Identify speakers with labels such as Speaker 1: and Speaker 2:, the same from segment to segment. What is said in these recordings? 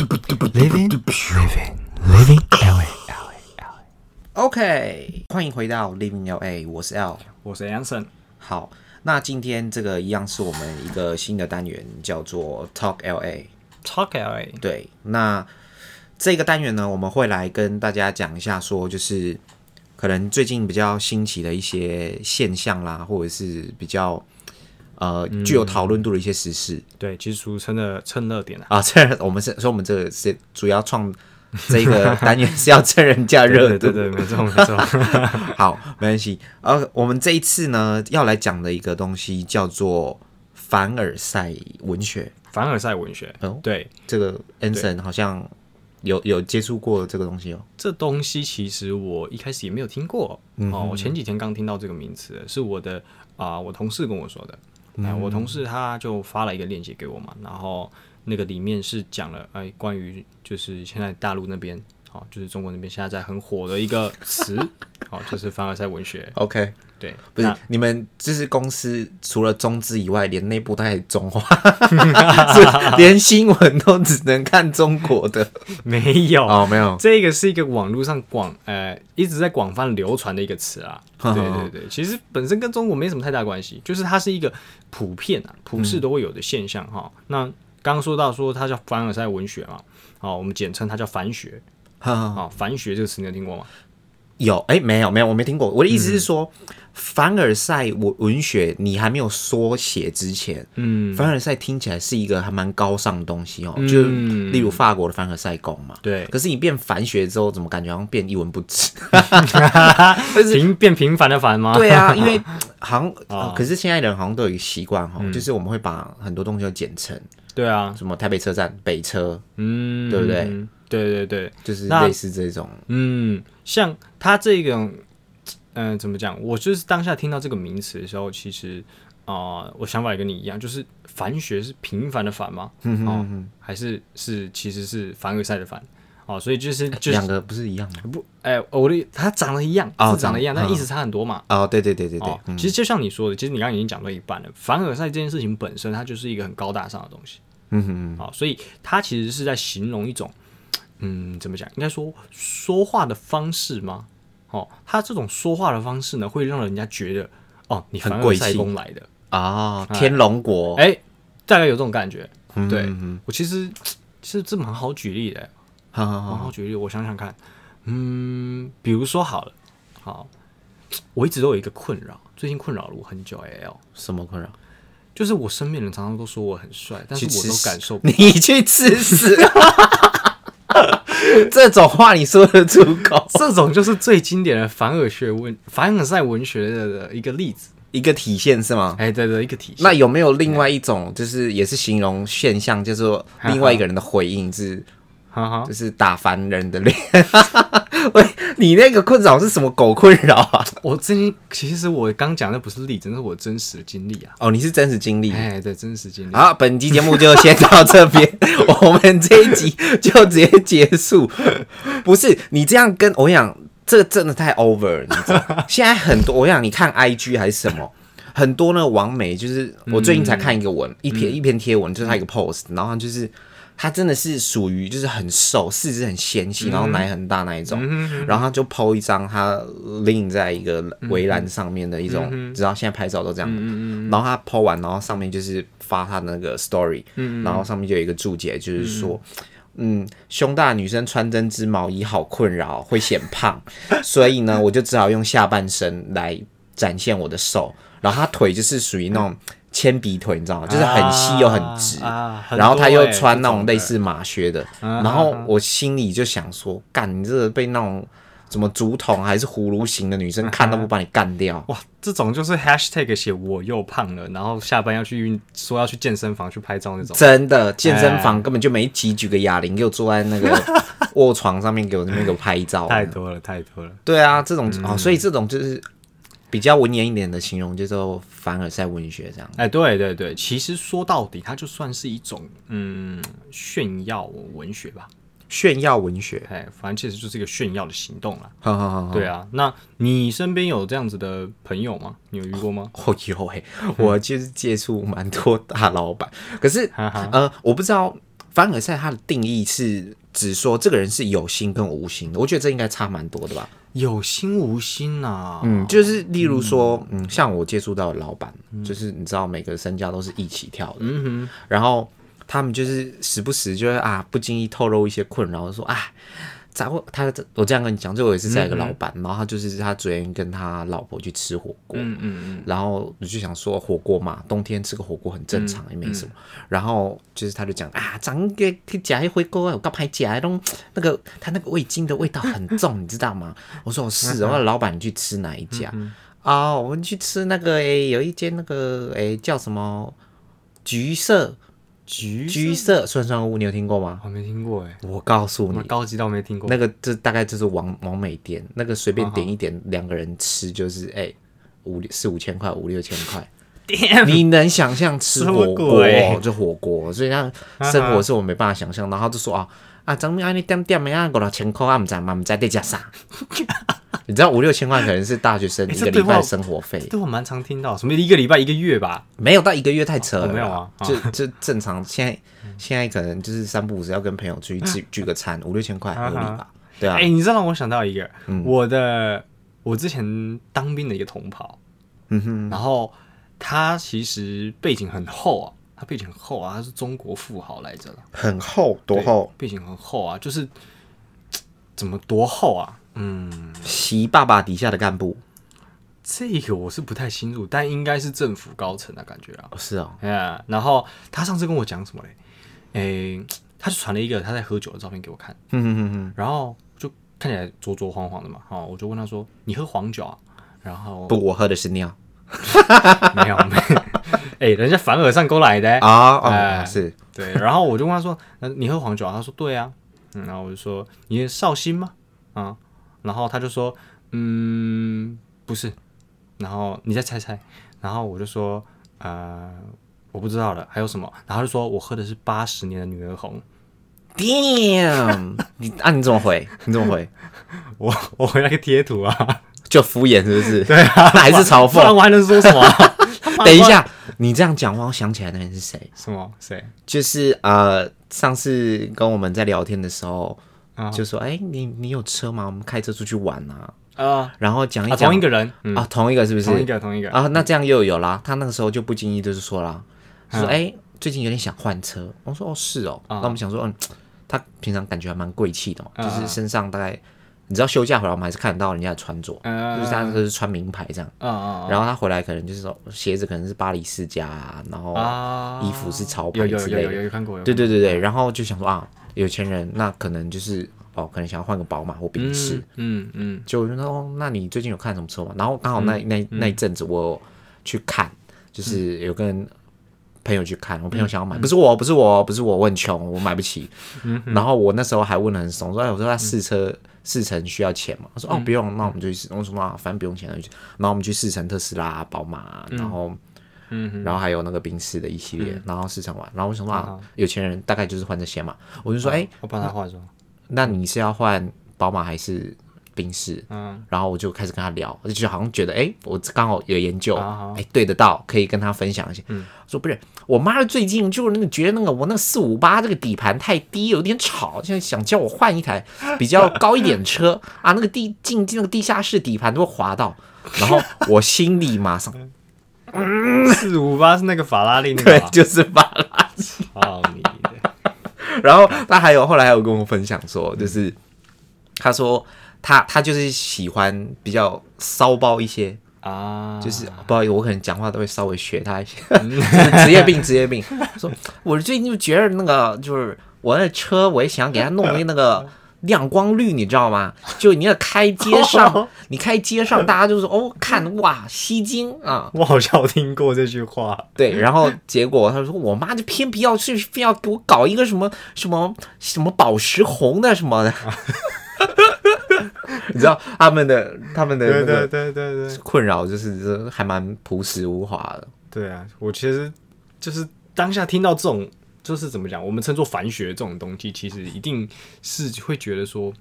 Speaker 1: Living Living Living LA LA LA。
Speaker 2: OK，欢迎回到 Living LA，我是 L。
Speaker 3: 我是 Anson，
Speaker 2: 好，那今天这个一样是我们一个新的单元，叫做 Talk LA。
Speaker 3: 超 LA，
Speaker 2: 对，那这个单元呢，我们会来跟大家讲一下，说就是可能最近比较兴起的一些现象啦，或者是比较呃具有讨论度的一些时事
Speaker 3: 对，其实俗称的趁热点啊，
Speaker 2: 啊。这我们是，所以我们这个是主要创这个单元是要蹭人家热
Speaker 3: 对
Speaker 2: 度，
Speaker 3: 对对，没错没 错，
Speaker 2: 好，没关系。呃，我们这一次呢要来讲的一个东西叫做凡尔赛文学。
Speaker 3: 凡尔赛文学
Speaker 2: 哦，
Speaker 3: 对，
Speaker 2: 这个 Anson 好像有有接触过这个东西哦。
Speaker 3: 这东西其实我一开始也没有听过
Speaker 2: 嗯
Speaker 3: 哦，我前几天刚听到这个名词，是我的啊、我同事跟我说的。
Speaker 2: 嗯
Speaker 3: 哎、我同事他就发了一个链接给我嘛，然后那个里面是讲了哎、关于就是现在大陆那边，哦，就是中国那边现在在很火的一个词， 哦，就是凡尔赛文学。
Speaker 2: OK，
Speaker 3: 对，
Speaker 2: 不是
Speaker 3: 那
Speaker 2: 你们就是公司除了中资以外，连内部都还中华， 是连新闻都只能看中国的
Speaker 3: 没有
Speaker 2: 哦，没有
Speaker 3: 这个是一个网络上广呃一直在广泛流传的一个词啊，
Speaker 2: 哼
Speaker 3: 对
Speaker 2: 哼
Speaker 3: 对对，其实本身跟中国没什么太大关系，就是它是一个普遍啊，普世都会有的现象哈。那刚刚说到说它叫凡尔赛文学嘛，好，我们简称它叫凡学
Speaker 2: 哈哈
Speaker 3: 啊，凡学这个词你有听过吗？
Speaker 2: 有哎、没有没有，我没听过。我的意
Speaker 3: 嗯
Speaker 2: 思是说，凡尔赛文文学你还没有缩写之前，
Speaker 3: 嗯，
Speaker 2: 凡尔赛听起来是一个还蛮高尚的东西哦，就例如法国的凡尔赛宫嘛。
Speaker 3: 对
Speaker 2: 可是你变凡学之后，怎么感觉好像变一文不值？
Speaker 3: 平变平凡的凡吗？
Speaker 2: 对 啊，因为好像、
Speaker 3: 啊
Speaker 2: 可是现在人好像都有一个习惯哈，
Speaker 3: 嗯
Speaker 2: 就是我们会把很多东西都简称，
Speaker 3: 对啊，
Speaker 2: 什么台北车站、北车，
Speaker 3: 嗯，
Speaker 2: 对不对
Speaker 3: 对？对对对，
Speaker 2: 就是
Speaker 3: 那
Speaker 2: 类似这种。
Speaker 3: 嗯，像他这种，嗯、怎么讲？我就是当下听到这个名词的时候，其实啊、呃我想法也跟你一样，就是凡学是平凡的凡吗？嗯哦，还是是其实是凡尔赛的凡？哦，所以就是就是
Speaker 2: 两，个不是一样吗？不，
Speaker 3: 哎、我的它长得一样，
Speaker 2: 哦
Speaker 3: 字长得一样，嗯
Speaker 2: 长
Speaker 3: 但意思差很多嘛。
Speaker 2: 哦，对对对对对，
Speaker 3: 哦，
Speaker 2: 嗯
Speaker 3: 其实就像你说的，其实你刚刚已经讲到一半了。凡尔赛这件事情本身，它就是一个很高大上的东西。
Speaker 2: 嗯嗯
Speaker 3: 好，所以它其实是在形容一种，嗯，怎么讲？应该说说话的方式吗？哦，他这种说话的方式呢，会让人家觉得，哦，你
Speaker 2: 很
Speaker 3: 凡
Speaker 2: 贵
Speaker 3: 尔赛
Speaker 2: 气
Speaker 3: 宫来的，
Speaker 2: 嗯，哦，天龙国，
Speaker 3: 哎、大概有这种感觉。
Speaker 2: 嗯
Speaker 3: 对
Speaker 2: 嗯嗯
Speaker 3: 我其实其实这蛮好举例的，
Speaker 2: 好好好
Speaker 3: 蛮。好举例。我想想看，嗯，比如说好了，好，我一直都有一个困扰，最近困扰了我很久、哎哦，
Speaker 2: 什么困扰？
Speaker 3: 就是我身边人常常都说我很帅，但是我都感受不
Speaker 2: 你去吃屎！ 这种话你说得出口？
Speaker 3: 这种就是最经典的凡尔学文、凡尔赛文学的一个例子。
Speaker 2: 一个体现是吗？
Speaker 3: 哎，对对，一个体
Speaker 2: 哦
Speaker 3: 系。
Speaker 2: 那有没有另外一种，就是也是形容现象，就是说另外一个人的回应是，
Speaker 3: 哈哈
Speaker 2: 就，是打翻人的脸？ 喂，你那个困扰是什么狗困扰啊？
Speaker 3: 我最近其实我刚讲的不是例子，那是我真实的经历啊。
Speaker 2: 哦，你是真实经历。
Speaker 3: 哎，对，真实经历。
Speaker 2: 好，本期节目就先到这 边，我们这一集就直接结束。不是你这样跟我跟你讲，这真的太 over，了你知道 吗？现在很多我跟你讲，你看 IG 还是什么，很多那个网美，就是我最
Speaker 3: 嗯
Speaker 2: 近才看一个文，一篇一篇贴文，就是他一个 post，然后他就是。他真的是属于就是很瘦，四肢很纤细，然后奶很大那一种，然后他就 PO 一张他拎在一个围栏上面的一种，知道现在拍照都这样，然后他 PO 完，然后上面就是发他那个 story，然后上面就有一个注解，就是说。嗯，胸大女生穿针织毛衣好困扰，会显胖， 所以呢，我就只好用下半身来展现我的瘦。然后她腿就是属于那种铅笔腿，你知道吗？就是很细又很直，
Speaker 3: 啊啊
Speaker 2: 然后她又
Speaker 3: 很多欸
Speaker 2: 穿那
Speaker 3: 这
Speaker 2: 种
Speaker 3: 种的
Speaker 2: 类似马靴的。
Speaker 3: 啊
Speaker 2: 然后我心里就想说，干，你这个被那种什么竹筒还是葫芦形的女生看
Speaker 3: 啊
Speaker 2: 到不把你干掉？
Speaker 3: 哇，这种就是 hashtag 写我又胖了，然后下班要去运，说要去健身房去拍照那种。
Speaker 2: 真的，健身
Speaker 3: 哎
Speaker 2: 房根本就没几举个哑铃，给我坐在那 个卧床上面给我那边给我拍照。
Speaker 3: 太嗯多了，太多了。
Speaker 2: 对啊，这种哦，所以这种就是比较文言一点的形容，叫做凡尔赛文学这样。
Speaker 3: 哎，对对对，其实说到底，它就算是一种嗯炫耀文学吧。
Speaker 2: 炫耀文学。
Speaker 3: 哎，反正其实就是一个炫耀的行动啦。
Speaker 2: 好好好，
Speaker 3: 对啊，那你身边有这样子的朋友吗？你有遇过吗？
Speaker 2: 哦有哎、我就是接触蛮多大老板，可是
Speaker 3: 哈哈
Speaker 2: 呃，我不知道凡尔赛它的定义是只说这个人是有心跟无心的，我觉得这应该差蛮多的吧。
Speaker 3: 有心无心呐、
Speaker 2: 嗯，就是例如说，嗯，像我接触到的老板，就是你知道每个身家都是一起跳的，嗯哼，然后他们就是时不时就会啊不经意透露一些困扰，就说啊。咋会？他我这样跟你讲，就我也是在一个老板，然后他就是他昨天跟他老婆去吃火锅，
Speaker 3: 嗯嗯
Speaker 2: 然后我就想说火锅嘛，冬天吃个火锅很正常，也没什
Speaker 3: 嗯
Speaker 2: 么。然后就是他就讲啊，咱个去夹一回锅，我刚排夹弄那个他那个味精的味道很重，你知道吗？ 我说我
Speaker 3: 嗯
Speaker 2: 是哦，我说老板你去吃哪一家？啊、我们去吃那个诶，有一间那个诶叫什么橘色
Speaker 3: 橘
Speaker 2: 橘
Speaker 3: 色
Speaker 2: 色酸酸屋，你有听过吗？
Speaker 3: 我没听过哎，
Speaker 2: 我告诉
Speaker 3: 我
Speaker 2: 你
Speaker 3: 们，高级到没听过。
Speaker 2: 那个这大概就是王王美店，那个随便
Speaker 3: 嗯
Speaker 2: 点一点，两个人吃就是哎、五四五千块，五六千 块。
Speaker 3: 啊
Speaker 2: 你能想象吃
Speaker 3: 什么
Speaker 2: 火锅哦
Speaker 3: 鬼嗯
Speaker 2: 就火锅，所以那生活是我没办法想象。然后就说啊啊，咱们安尼点点的啊，五六千块啊，唔知嘛唔知得加 啥。你知道五六千块可能是大学生
Speaker 3: 欸
Speaker 2: 一
Speaker 3: 这
Speaker 2: 个礼
Speaker 3: 对话
Speaker 2: 拜的生活费，
Speaker 3: 对我蛮常听到，什么一个礼拜一个月吧，
Speaker 2: 没有到一个月太扯了
Speaker 3: 哦
Speaker 2: 啦，
Speaker 3: 没有啊啊嗯
Speaker 2: 就就正常。现在现在可能就是三不五时要跟朋友出去 聚聚个餐，五六千块合理吧？对啊
Speaker 3: 哎、，你知道让我想到一个，我的我之前当兵的一个同袍，
Speaker 2: 嗯哼。
Speaker 3: 然后他其实背景很厚啊，他背景很厚啊，他是中国富豪来着的，
Speaker 2: 很厚，多
Speaker 3: 对
Speaker 2: 厚？
Speaker 3: 背景很厚啊，就是怎么多厚啊？嗯，
Speaker 2: 习爸爸底下的干部、
Speaker 3: 这个我是不太清楚，但应该是政府高层的感觉啊。
Speaker 2: 哦、是哦，
Speaker 3: 哎呀，然后他上次跟我讲什么嘞？哎，他就传了一个他在喝酒的照片给我看，
Speaker 2: 哼哼哼哼，
Speaker 3: 然后就看起来浊浊黄黄的嘛，哦，我就问他说：“你喝黄酒啊？”然后
Speaker 2: 不，我喝的是尿
Speaker 3: 没有没有， 哎、人家凡尔上钩来的、
Speaker 2: 啊哦，
Speaker 3: 哎
Speaker 2: 是
Speaker 3: 对，然后我就问他说：“那你喝黄酒啊？”他说：“对啊。”嗯，然后我就说：“你是绍兴吗？”啊，然后他就说：“嗯，不是。”然后你再猜猜，然后我就说：“呃，我不知道了，还有什么？”然后他就说：“我喝的是八十年的女儿红。
Speaker 2: ，damn，你啊你怎么 回？你怎么回？
Speaker 3: 我”我回来个贴图啊，
Speaker 2: 就敷衍是不是？对啊，那还是嘲
Speaker 3: 不然
Speaker 2: 讽。
Speaker 3: 我还能说什么啊、他妈
Speaker 2: 等一下，你这样讲话，我想起来那人是谁？
Speaker 3: 什么谁？
Speaker 2: 就是呃，上次跟我们在聊天的时候，
Speaker 3: 啊
Speaker 2: 就说哎、你你有车吗？我们开车出去玩啊。
Speaker 3: 啊、
Speaker 2: 然后讲一
Speaker 3: 啊，
Speaker 2: 讲
Speaker 3: 同一个人，嗯，
Speaker 2: 啊，同一个是不是？
Speaker 3: 同一个，同一个。
Speaker 2: 啊，那这样又有啦。他那个时候就不经意就是说啦，
Speaker 3: 嗯
Speaker 2: 说哎、最近有点想换车。我说哦，是哦。那、我们想说，嗯，他平常感觉还蛮贵气的嘛，
Speaker 3: 啊嗯
Speaker 2: 就是身上大概，你知道休假回来我们还是看得到人家的穿着，
Speaker 3: 嗯
Speaker 2: 就是他就是穿名牌这样。
Speaker 3: 啊啊
Speaker 2: 然后他回来可能就是说鞋子可能是巴黎世家、啊，然后
Speaker 3: 啊！
Speaker 2: 衣服是潮
Speaker 3: 有
Speaker 2: 牌
Speaker 3: 有
Speaker 2: 之
Speaker 3: 有
Speaker 2: 类
Speaker 3: 有
Speaker 2: 的。
Speaker 3: 有有看过，有
Speaker 2: 对
Speaker 3: 看
Speaker 2: 对对对，然后就想说啊，有钱人那可能就是哦，可能想要换个宝马或
Speaker 3: 过
Speaker 2: 宾士。，
Speaker 3: 嗯嗯嗯，
Speaker 2: 就我就说哦，那你最近有看什么车吗？然后刚好那、那那一阵子我有去看，就是有跟朋友去看，我朋友想要买，不是我，不是我，不是我，我很穷，我买不起。然后我那时候还问的很怂，说哎，我说他试车试乘需要钱吗？他说哦，不用，那我们就去试。我说啊，反正不用钱，那就去然后我们去试乘特斯拉、宝马，然后。嗯，然后还有那个宾士的一系列，然后试乘完，然后我想说啊，有钱人大概就是换这些嘛，我就说，哎，
Speaker 3: 我帮他化妆。
Speaker 2: 那你是要换宝马还是宾士？
Speaker 3: 嗯，
Speaker 2: 然后我就开始跟他聊，我就好像觉得，哎、我刚好有研究，哎、
Speaker 3: 啊好
Speaker 2: 对得到，可以跟他分享一下。嗯，说不是，我妈最近就是那个觉得那个我那四五八这个底盘太低，有点吵，现在想叫我换一台 比较高一点的 车啊，那个地进那个地下室底盘都会滑到。然后我心里马 上
Speaker 3: 四五八是那个法拉利那
Speaker 2: 对
Speaker 3: 个吧，？
Speaker 2: 就是把它
Speaker 3: 操你的！
Speaker 2: 然后他还有后来还有跟我分享说，就是他说他他就是喜欢比较骚包一些，
Speaker 3: 啊，
Speaker 2: 就是不好意思，我可能讲话都会稍微学他一些， 就是职业病，职业病。说 我最近就觉得那个就是我那车，我也想给它弄一个那个亮光绿，你知道吗？就你那开街 上，你开街上，大家就说哦，看哇吸睛啊，嗯
Speaker 3: 我好像有听过这句话。
Speaker 2: 对，然后结果他说我妈就偏偏要去，非要给我搞一个什么什么什么宝石红的什 么的，你知道他们的他们的那
Speaker 3: 对
Speaker 2: 个
Speaker 3: 对对对对
Speaker 2: 困扰就是这还蛮朴实无华的。
Speaker 3: 对啊！我其实就是当下听到这种，就是怎么讲，我们称作反学这种东西，其实一定是会觉得说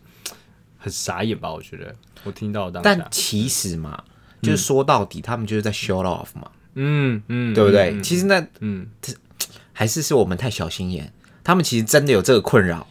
Speaker 3: 很傻眼吧？我觉得我听到当
Speaker 2: 但
Speaker 3: 下，
Speaker 2: 其实嘛，就是说到底，他们就是在 show off 嘛，
Speaker 3: 嗯嗯，
Speaker 2: 对不对？
Speaker 3: 嗯
Speaker 2: 其实那
Speaker 3: 嗯，
Speaker 2: 还是是我们太小心眼，他们其实真的有这个困扰，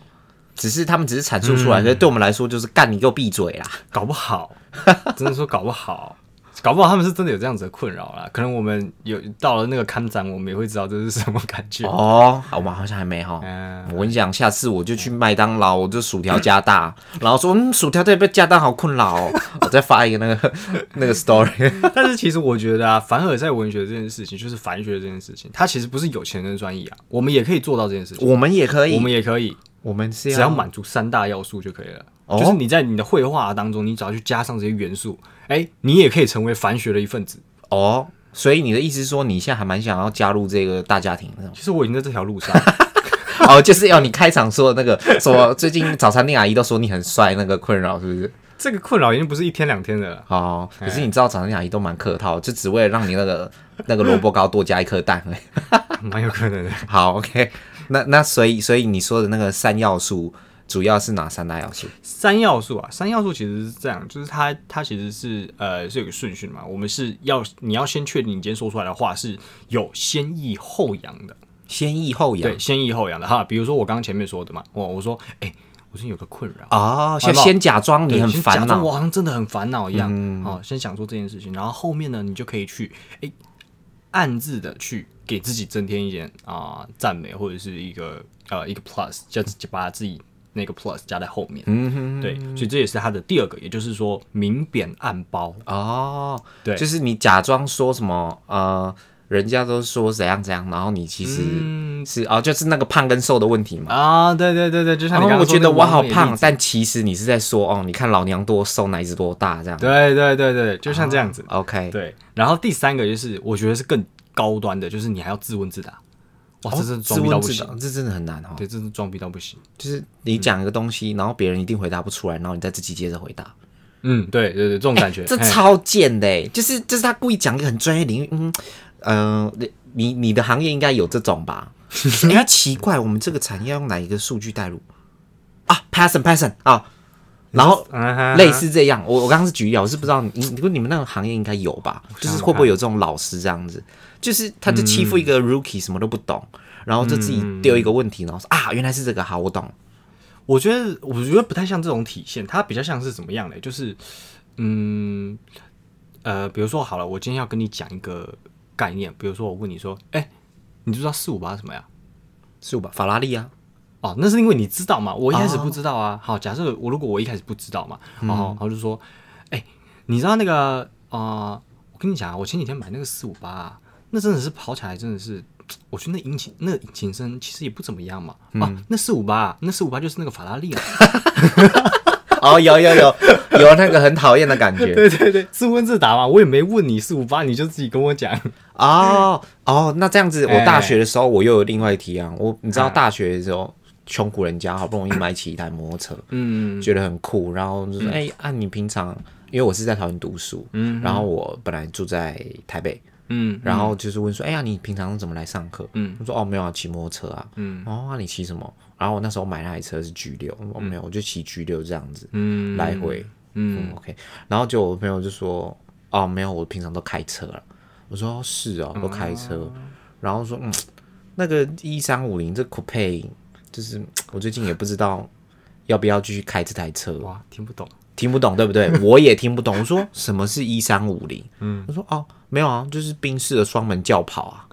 Speaker 2: 只是他们只是阐述出
Speaker 3: 嗯
Speaker 2: 来，可是对我们来说就是干你给我闭嘴啦。
Speaker 3: 搞不好， 真的说搞不好，搞不好他们是真的有这样子的困扰啦。可能我们有到了那个看展，我们也会知道这是什么感觉。
Speaker 2: 哦，我们好像还没哈。
Speaker 3: 嗯，
Speaker 2: 我跟你讲，下次我就去麦当劳，我就薯条加 大，然后说嗯，薯条对被加大好困扰、哦，我再发一个那个那个 story。
Speaker 3: 但是其实我觉得啊，凡尔赛文学这件事情，就是凡学这件事情，它其实不是有钱人的专业啊，我们也可以做到这件事情，
Speaker 2: 我们也可以，
Speaker 3: 我们也可以，
Speaker 2: 我们是
Speaker 3: 只要满足三大要素就可以了。
Speaker 2: 哦
Speaker 3: 就是你在你的绘画当中，你只要去加上这些元素，哎、你也可以成为凡学的一份子。
Speaker 2: 哦。所以你的意思是说，你现在还蛮想要加入这个大家庭是吗
Speaker 3: 其实我已经在这条路上，
Speaker 2: 哦，就是要你开场说的那个什么，最近早餐店阿姨都说你很帅，那个困扰是不是？
Speaker 3: 这个困扰已经不是一天两天的了。
Speaker 2: 哦，可
Speaker 3: 哎
Speaker 2: 是你知道早餐店阿姨都蛮客套，就只为了让你那个那个萝卜糕多加一颗蛋而已。
Speaker 3: 蛮有可能的。
Speaker 2: 好，OK，那那所以所以你说的那个三要素，主要是哪三大要素？
Speaker 3: 三要素啊，三要素其实是这样，就是它它其实是呃是有个顺序嘛，我们是要你要先确定你今天说出来的话是有先抑后扬的，
Speaker 2: 先抑后扬
Speaker 3: 对，。先抑后扬的哈。比如说我刚刚前面说的嘛，我我说哎、我最近有个困扰。
Speaker 2: 哦，
Speaker 3: 好
Speaker 2: 先
Speaker 3: 不好
Speaker 2: 先假装
Speaker 3: 对
Speaker 2: 你很
Speaker 3: 先
Speaker 2: 烦
Speaker 3: 假装
Speaker 2: 恼嗯
Speaker 3: 我好像真的很烦恼一样。哦，先想说这件事情，然后后面呢，你就可以去哎、暗自的去给自己增添一点啊、赞美或者是一个呃一个 plus，就把自己那个 plus 加在后面。嗯哼，对，所以这也是他的第二个，也就是说明贬暗褒。
Speaker 2: 哦，
Speaker 3: 对
Speaker 2: 就是你假装说什么呃，人家都说怎样怎样，然后你其实
Speaker 3: 嗯
Speaker 2: 是、哦，就是那个胖跟瘦的问题嘛。
Speaker 3: 啊，对对对对，就像
Speaker 2: 然
Speaker 3: 你
Speaker 2: 后
Speaker 3: 刚刚
Speaker 2: 哦我
Speaker 3: 说
Speaker 2: 觉
Speaker 3: 那
Speaker 2: 得
Speaker 3: 个
Speaker 2: 我
Speaker 3: 王
Speaker 2: 好
Speaker 3: 美丽
Speaker 2: 胖，但其实你是在说哦，你看老娘多瘦，奶子多大这样。
Speaker 3: 对对对对，就像这样子。
Speaker 2: ，OK，
Speaker 3: 对，然后第三个就是我觉得是更高端的，就是你还要自问自答。哇，这真的
Speaker 2: 自
Speaker 3: 装逼到
Speaker 2: 问
Speaker 3: 不
Speaker 2: 自
Speaker 3: 行
Speaker 2: 答，，这真的很难哦。
Speaker 3: 对，真是装逼到不行。
Speaker 2: 就是你讲一个东西，然后别人一定回答不出来，然后你再自己接着回答。
Speaker 3: 嗯，对对对，这种感觉，
Speaker 2: 这
Speaker 3: 嘿
Speaker 2: 超贱的、欸，就是就是他故意讲一个很专业领域，嗯，呃，你你的行业应该有这种吧？ 哎、奇怪，我们这个产业要用哪一个数据带入啊？Python Python 啊，然后
Speaker 3: 嗯哼
Speaker 2: 类似这样，我我刚刚是举例啊，我是不知道你你你们那个行业应该有吧？就是会不会有这种老师这样子，就是他就欺负一
Speaker 3: 嗯
Speaker 2: 个 rookie 什么都不懂，然后就自己丢一个问题，然
Speaker 3: 嗯
Speaker 2: 后说啊，原来是这个，好，我懂。
Speaker 3: 我觉得我觉得不太像这种体现，它比较像是怎么样嘞？就是嗯呃，比如说好了，我今天要跟你讲一个概念，比如说我问你说，哎、你知道四五八是什么呀？
Speaker 2: 是吧？法拉利啊，
Speaker 3: 哦，那是因为你知道嘛，我一开始
Speaker 2: 哦
Speaker 3: 不知道啊。好，假设我如果我一开始不知道嘛，
Speaker 2: 嗯
Speaker 3: 然后然后就说，哎、你知道那个呃，我跟你讲啊，我前几天买那个四五八啊，那真的是跑起来真的是，我觉得那引擎那引擎声其实也不怎么样嘛。
Speaker 2: 嗯
Speaker 3: 啊，那四五八，那四五八就是那个法拉利啊。
Speaker 2: 哦，有有有有那个很讨厌的感觉，
Speaker 3: 对对对，自问自答嘛，我也没问你四五八，你就自己跟我讲。
Speaker 2: 哦哦，那这样子，
Speaker 3: 哎啊
Speaker 2: 我大学的时候我又有另外一提案。我你知道大学的时候，穷苦人家好不容易买起一台摩托车，
Speaker 3: 嗯
Speaker 2: 觉得很酷，然后就说：“哎、啊，你平常因为我是在桃园读书，
Speaker 3: 嗯
Speaker 2: 然后我本来住在台北，
Speaker 3: 嗯
Speaker 2: 然后就是问说：‘哎呀，你平常怎么来上课？’
Speaker 3: 嗯
Speaker 2: 我说：‘哦，没有啊，骑摩托车啊。’
Speaker 3: 嗯
Speaker 2: 哦，那、你骑什么？然后我那时候买那台车是 G 六，我没有，我就骑 G 六这样子
Speaker 3: 嗯
Speaker 2: 来回。嗯
Speaker 3: 嗯
Speaker 2: ，OK。然后就我朋友就说，哦，没有，我平常都开车了。我说哦是哦，都开车。然后说，嗯，那个一三五零这 coupe，就是嗯我最近也不知道要不要继续开这台车，
Speaker 3: 哇，听不懂。
Speaker 2: 听不懂对不 对？我也听不懂。我说什么是一三五零？嗯，我说哦，没有啊，就是宾士的双门轿跑啊。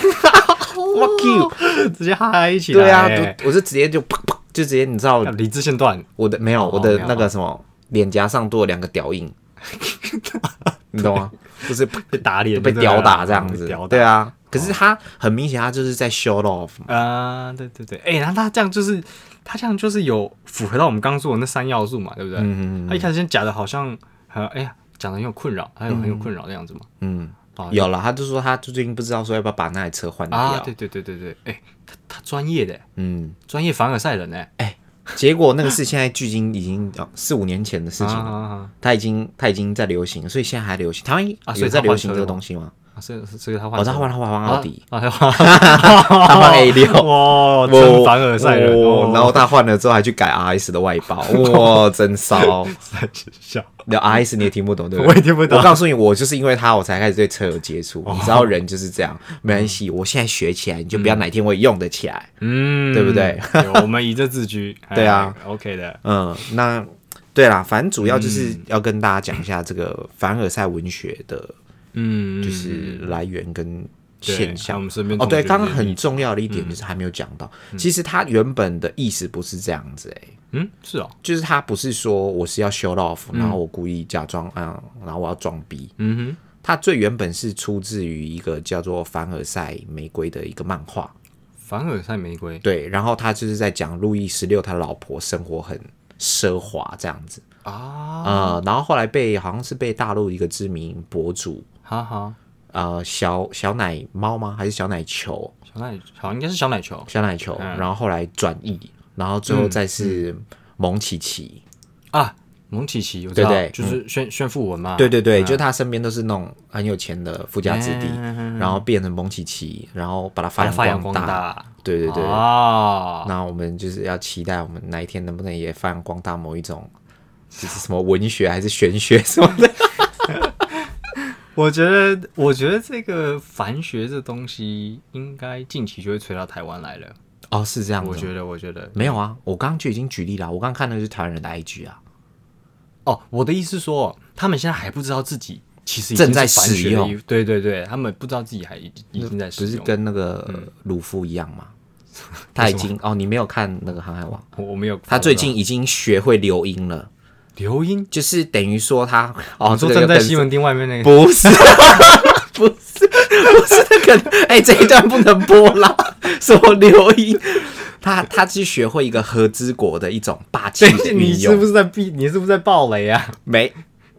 Speaker 2: Fuck you！
Speaker 3: 直接嗨起来。
Speaker 2: 对啊，就我就直接就啪啪，就直接你知道
Speaker 3: 理智线段，
Speaker 2: 我的没有，
Speaker 3: 哦
Speaker 2: 我
Speaker 3: 没
Speaker 2: 的
Speaker 3: 有
Speaker 2: 那个什么脸颊上多了两个屌 印，你懂吗？就是被
Speaker 3: 被打脸，
Speaker 2: 被屌打这样
Speaker 3: 啊被
Speaker 2: 子
Speaker 3: 屌，打哦
Speaker 2: 对。啊。可是他很明显，他就是在 show off 嘛。
Speaker 3: 啊，对对对，哎、那他这样就是，他这样就是有符合到我们刚刚说的那三要素嘛，对不对？
Speaker 2: 嗯
Speaker 3: 他一开始先假的好像，呃，哎呀，讲的很有困扰，还有很有困扰的样子嘛。
Speaker 2: 嗯
Speaker 3: 啊，
Speaker 2: 有了，他就说他最近不知道说要不要把那台车换
Speaker 3: 啊，
Speaker 2: 掉
Speaker 3: 对。对对对对，哎、他他专业的，
Speaker 2: 嗯，
Speaker 3: 专业凡尔赛人呢。
Speaker 2: 结果那个事现在距今已经哦四五年前的事
Speaker 3: 啊
Speaker 2: 情
Speaker 3: 啊
Speaker 2: 了，
Speaker 3: 啊
Speaker 2: 他已经他已经在流行，所以现在还流行。台湾
Speaker 3: 啊所以
Speaker 2: 有在
Speaker 3: 他换
Speaker 2: 流行
Speaker 3: 车
Speaker 2: 这个
Speaker 3: 了吗
Speaker 2: 东西吗？
Speaker 3: 啊啊是是是他换
Speaker 2: 哦，他
Speaker 3: 什么
Speaker 2: 换他换换奥迪，
Speaker 3: 啊，他换 他
Speaker 2: 换 A6
Speaker 3: 哇，真凡尔赛人
Speaker 2: 哦
Speaker 3: 哦，
Speaker 2: 然后他换了之后还去改 RS 的外 包，哇，真骚！
Speaker 3: 在学校
Speaker 2: 聊 RS 你也听不懂，对不对？
Speaker 3: 我也听不懂哦
Speaker 2: 我告诉你，我就是因为他，我才开始对车有接触。你知道人就是这样，没关系，我现在学起来，你就不要哪天我也用得起来。
Speaker 3: 嗯，
Speaker 2: 对不对？
Speaker 3: 我们以这自居，哎
Speaker 2: 对啊
Speaker 3: ，OK 的，
Speaker 2: 嗯，那对啦，反正主要就是要跟大家讲一下这个凡尔赛文学的，
Speaker 3: 嗯，
Speaker 2: 就是来源跟
Speaker 3: 对
Speaker 2: 现
Speaker 3: 还有我
Speaker 2: 象
Speaker 3: 们。身边
Speaker 2: 哦，对，
Speaker 3: 同学嗯
Speaker 2: 刚刚
Speaker 3: 就是
Speaker 2: 很重要的一点就是还没有讲到，其实他原本的意思不是这样子、欸，
Speaker 3: 嗯，是哦，
Speaker 2: 就是他不是说我是要 show off，、然后我故意假装嗯，然后我要装逼。
Speaker 3: 嗯哼，
Speaker 2: 他最原本是出自于一个叫做《凡尔赛玫瑰》的一个漫画，
Speaker 3: 凡尔赛玫瑰
Speaker 2: 对，然后他就是在讲路易十六他老婆生活很奢华这样子，
Speaker 3: 啊，
Speaker 2: 呃，然后后来被好像是被大陆一个知名博主，
Speaker 3: 哈哈，
Speaker 2: 呃，小小奶猫吗？还是小奶球？
Speaker 3: 小奶好应该是小奶球
Speaker 2: 小奶球，
Speaker 3: 嗯
Speaker 2: 然后后来转译，然后最后再是蒙奇奇，
Speaker 3: 啊，蒙奇奇，我知道，
Speaker 2: 对对
Speaker 3: 就是炫炫富文嘛，
Speaker 2: 对对对，就他身边都是那种很有钱的富家子弟，
Speaker 3: 嗯
Speaker 2: 然后变成蒙奇奇，然后把它
Speaker 3: 把
Speaker 2: 发
Speaker 3: 它发
Speaker 2: 扬
Speaker 3: 扬光
Speaker 2: 大。
Speaker 3: 大，
Speaker 2: 对对对。
Speaker 3: 啊，
Speaker 2: 那我们就是要期待我们哪一天能不能也发扬光大某一种，就是什么文学还是玄学什么 的。
Speaker 3: 我觉得，我觉得这个凡学这东西，应该近期就会吹到台湾来了。
Speaker 2: 哦，是这样子
Speaker 3: 我
Speaker 2: 吗。
Speaker 3: 觉得，我觉得
Speaker 2: 没有啊，我刚刚就已经举例了，我刚刚看的就是台湾人的 IG 啊。
Speaker 3: 哦，我的意思是说，他们现在还不知道自己其实已
Speaker 2: 正在
Speaker 3: 经是反学
Speaker 2: 使
Speaker 3: 的
Speaker 2: 用
Speaker 3: 一，对对对，他们不知道自己还已已经在
Speaker 2: 不
Speaker 3: 使
Speaker 2: 是
Speaker 3: 用。
Speaker 2: 跟那个
Speaker 3: 嗯
Speaker 2: 鲁夫一样 吗？他已经哦，你没有看那个《航海王》，
Speaker 3: 我我没有，
Speaker 2: 他最近已经学会留音了，
Speaker 3: 留音，
Speaker 2: 就是等于说他哦，
Speaker 3: 你
Speaker 2: 这
Speaker 3: 说
Speaker 2: 个
Speaker 3: 站
Speaker 2: 有
Speaker 3: 在
Speaker 2: 本
Speaker 3: 西
Speaker 2: 事
Speaker 3: 门町外面那个，
Speaker 2: 不是， 不是，不是那个，哎、这一段不能播啦，什么留音？他他去学会一个和之国的一种霸气的
Speaker 3: 哎你
Speaker 2: 运
Speaker 3: 是
Speaker 2: 用，
Speaker 3: 不是在避？你是不是在暴雷啊？
Speaker 2: 没，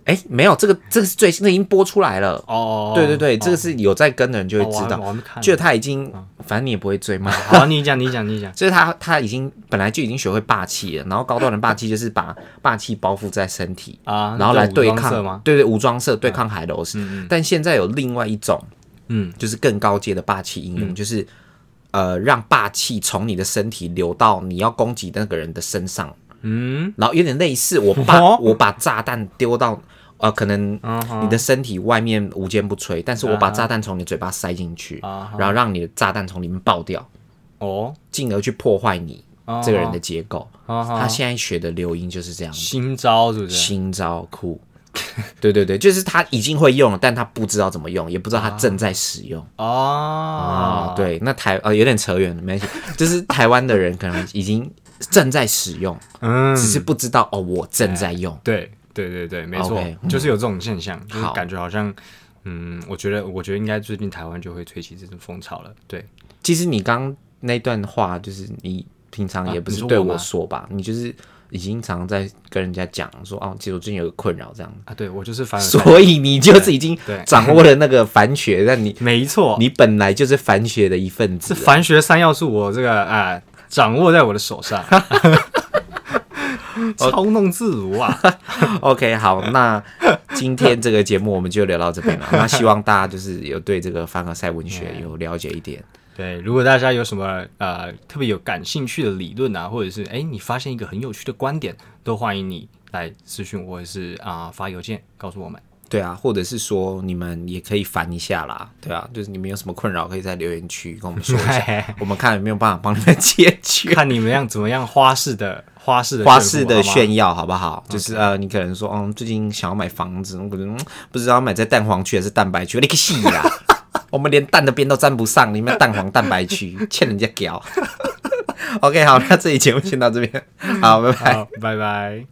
Speaker 2: 哎、没有，这个这个是最新的，已经播出来了。
Speaker 3: 哦，
Speaker 2: 对对对，这个是有在跟的人就会
Speaker 3: 哦
Speaker 2: 知
Speaker 3: 我还
Speaker 2: 道
Speaker 3: 我还没，看
Speaker 2: 就他已经，反正你也不会追嘛。
Speaker 3: 好，你讲，你讲，你讲。
Speaker 2: 就是他他已经本来就已经学会霸气了，然后高端的霸气就是把 霸气包覆在身体
Speaker 3: 啊
Speaker 2: 然后来对
Speaker 3: 就武装色
Speaker 2: 抗
Speaker 3: 吗啊
Speaker 2: 对对武装色对抗海楼斯、但现在有另外一种，
Speaker 3: 嗯，
Speaker 2: 就是更高阶的霸气应用，就是呃让霸气从你的身体流到你要攻击的那个人的身上，
Speaker 3: 嗯，
Speaker 2: 然后有点类似我把、
Speaker 3: 哦 啊
Speaker 2: 我把炸弹丢到。呃，可能你的身体外面无坚不摧，但是我把炸弹从你嘴巴塞进去
Speaker 3: 啊
Speaker 2: 然后让你的炸弹从里面爆掉，
Speaker 3: 哦，
Speaker 2: 进而去破坏你
Speaker 3: 啊
Speaker 2: 这个人的结构。
Speaker 3: 啊哈
Speaker 2: 他现在学的留音就是这样，
Speaker 3: 新招是不是？
Speaker 2: 新招酷。 对对对，就是他已经会用了，但他不知道怎么用，也不知道他正在使用
Speaker 3: 哦，，
Speaker 2: 对，那台呃有点扯远了，没关系， 就是台湾的人可能已经正在使用，
Speaker 3: 嗯，哎
Speaker 2: 只是不知道哦，我正在用。
Speaker 3: 对对对对，没错
Speaker 2: OK，，
Speaker 3: 就是有这种现象，就是感觉嗯好像，嗯，我觉得我觉得应该最近台湾就会吹起这种风潮了。对，
Speaker 2: 其实你刚那段话，就是你平常也不
Speaker 3: 啊你
Speaker 2: 是
Speaker 3: 说
Speaker 2: 对
Speaker 3: 我吗
Speaker 2: 我说吧，你就是已经常在跟人家讲说，哦，其实我最近有个困扰这样，
Speaker 3: 啊，对我就是凡尔 赛，
Speaker 2: 所以你就是已经
Speaker 3: 对
Speaker 2: 掌握了那个反 学，但你
Speaker 3: 没错，
Speaker 2: 你本来就是反学的一份子
Speaker 3: 这。凡学三要素，我这个啊掌握在我的手 上，操弄自如啊。
Speaker 2: OK，好，那今天这个节目我们就聊到这 边了。那希望大家就是有对这个凡尔赛文学有了解一 点。
Speaker 3: 对，如果大家有什么呃特别有感兴趣的理论啊，或者是哎你发现一个很有趣的观点，都欢迎你来私讯我或者是啊、发邮件告诉我 们。
Speaker 2: 对啊，或者是说你们也可以烦一下啦，对啊，就是你们有什么困扰可以在留言区跟我们说一 下，我们看有没有办法帮你们解决。
Speaker 3: 看你们样怎么样花式的花式的
Speaker 2: 花式的
Speaker 3: 炫
Speaker 2: 炫耀好不好？就是呃，你可能说，嗯，最近想要买房子，我可能嗯不知道买在蛋黄区还是蛋白区，你个屁呀！ 我们连蛋的边都沾不上，你们蛋黄蛋白区，欠人家屌。OK，好，那这期节目先到这边，好，拜拜
Speaker 3: 富。好，拜拜。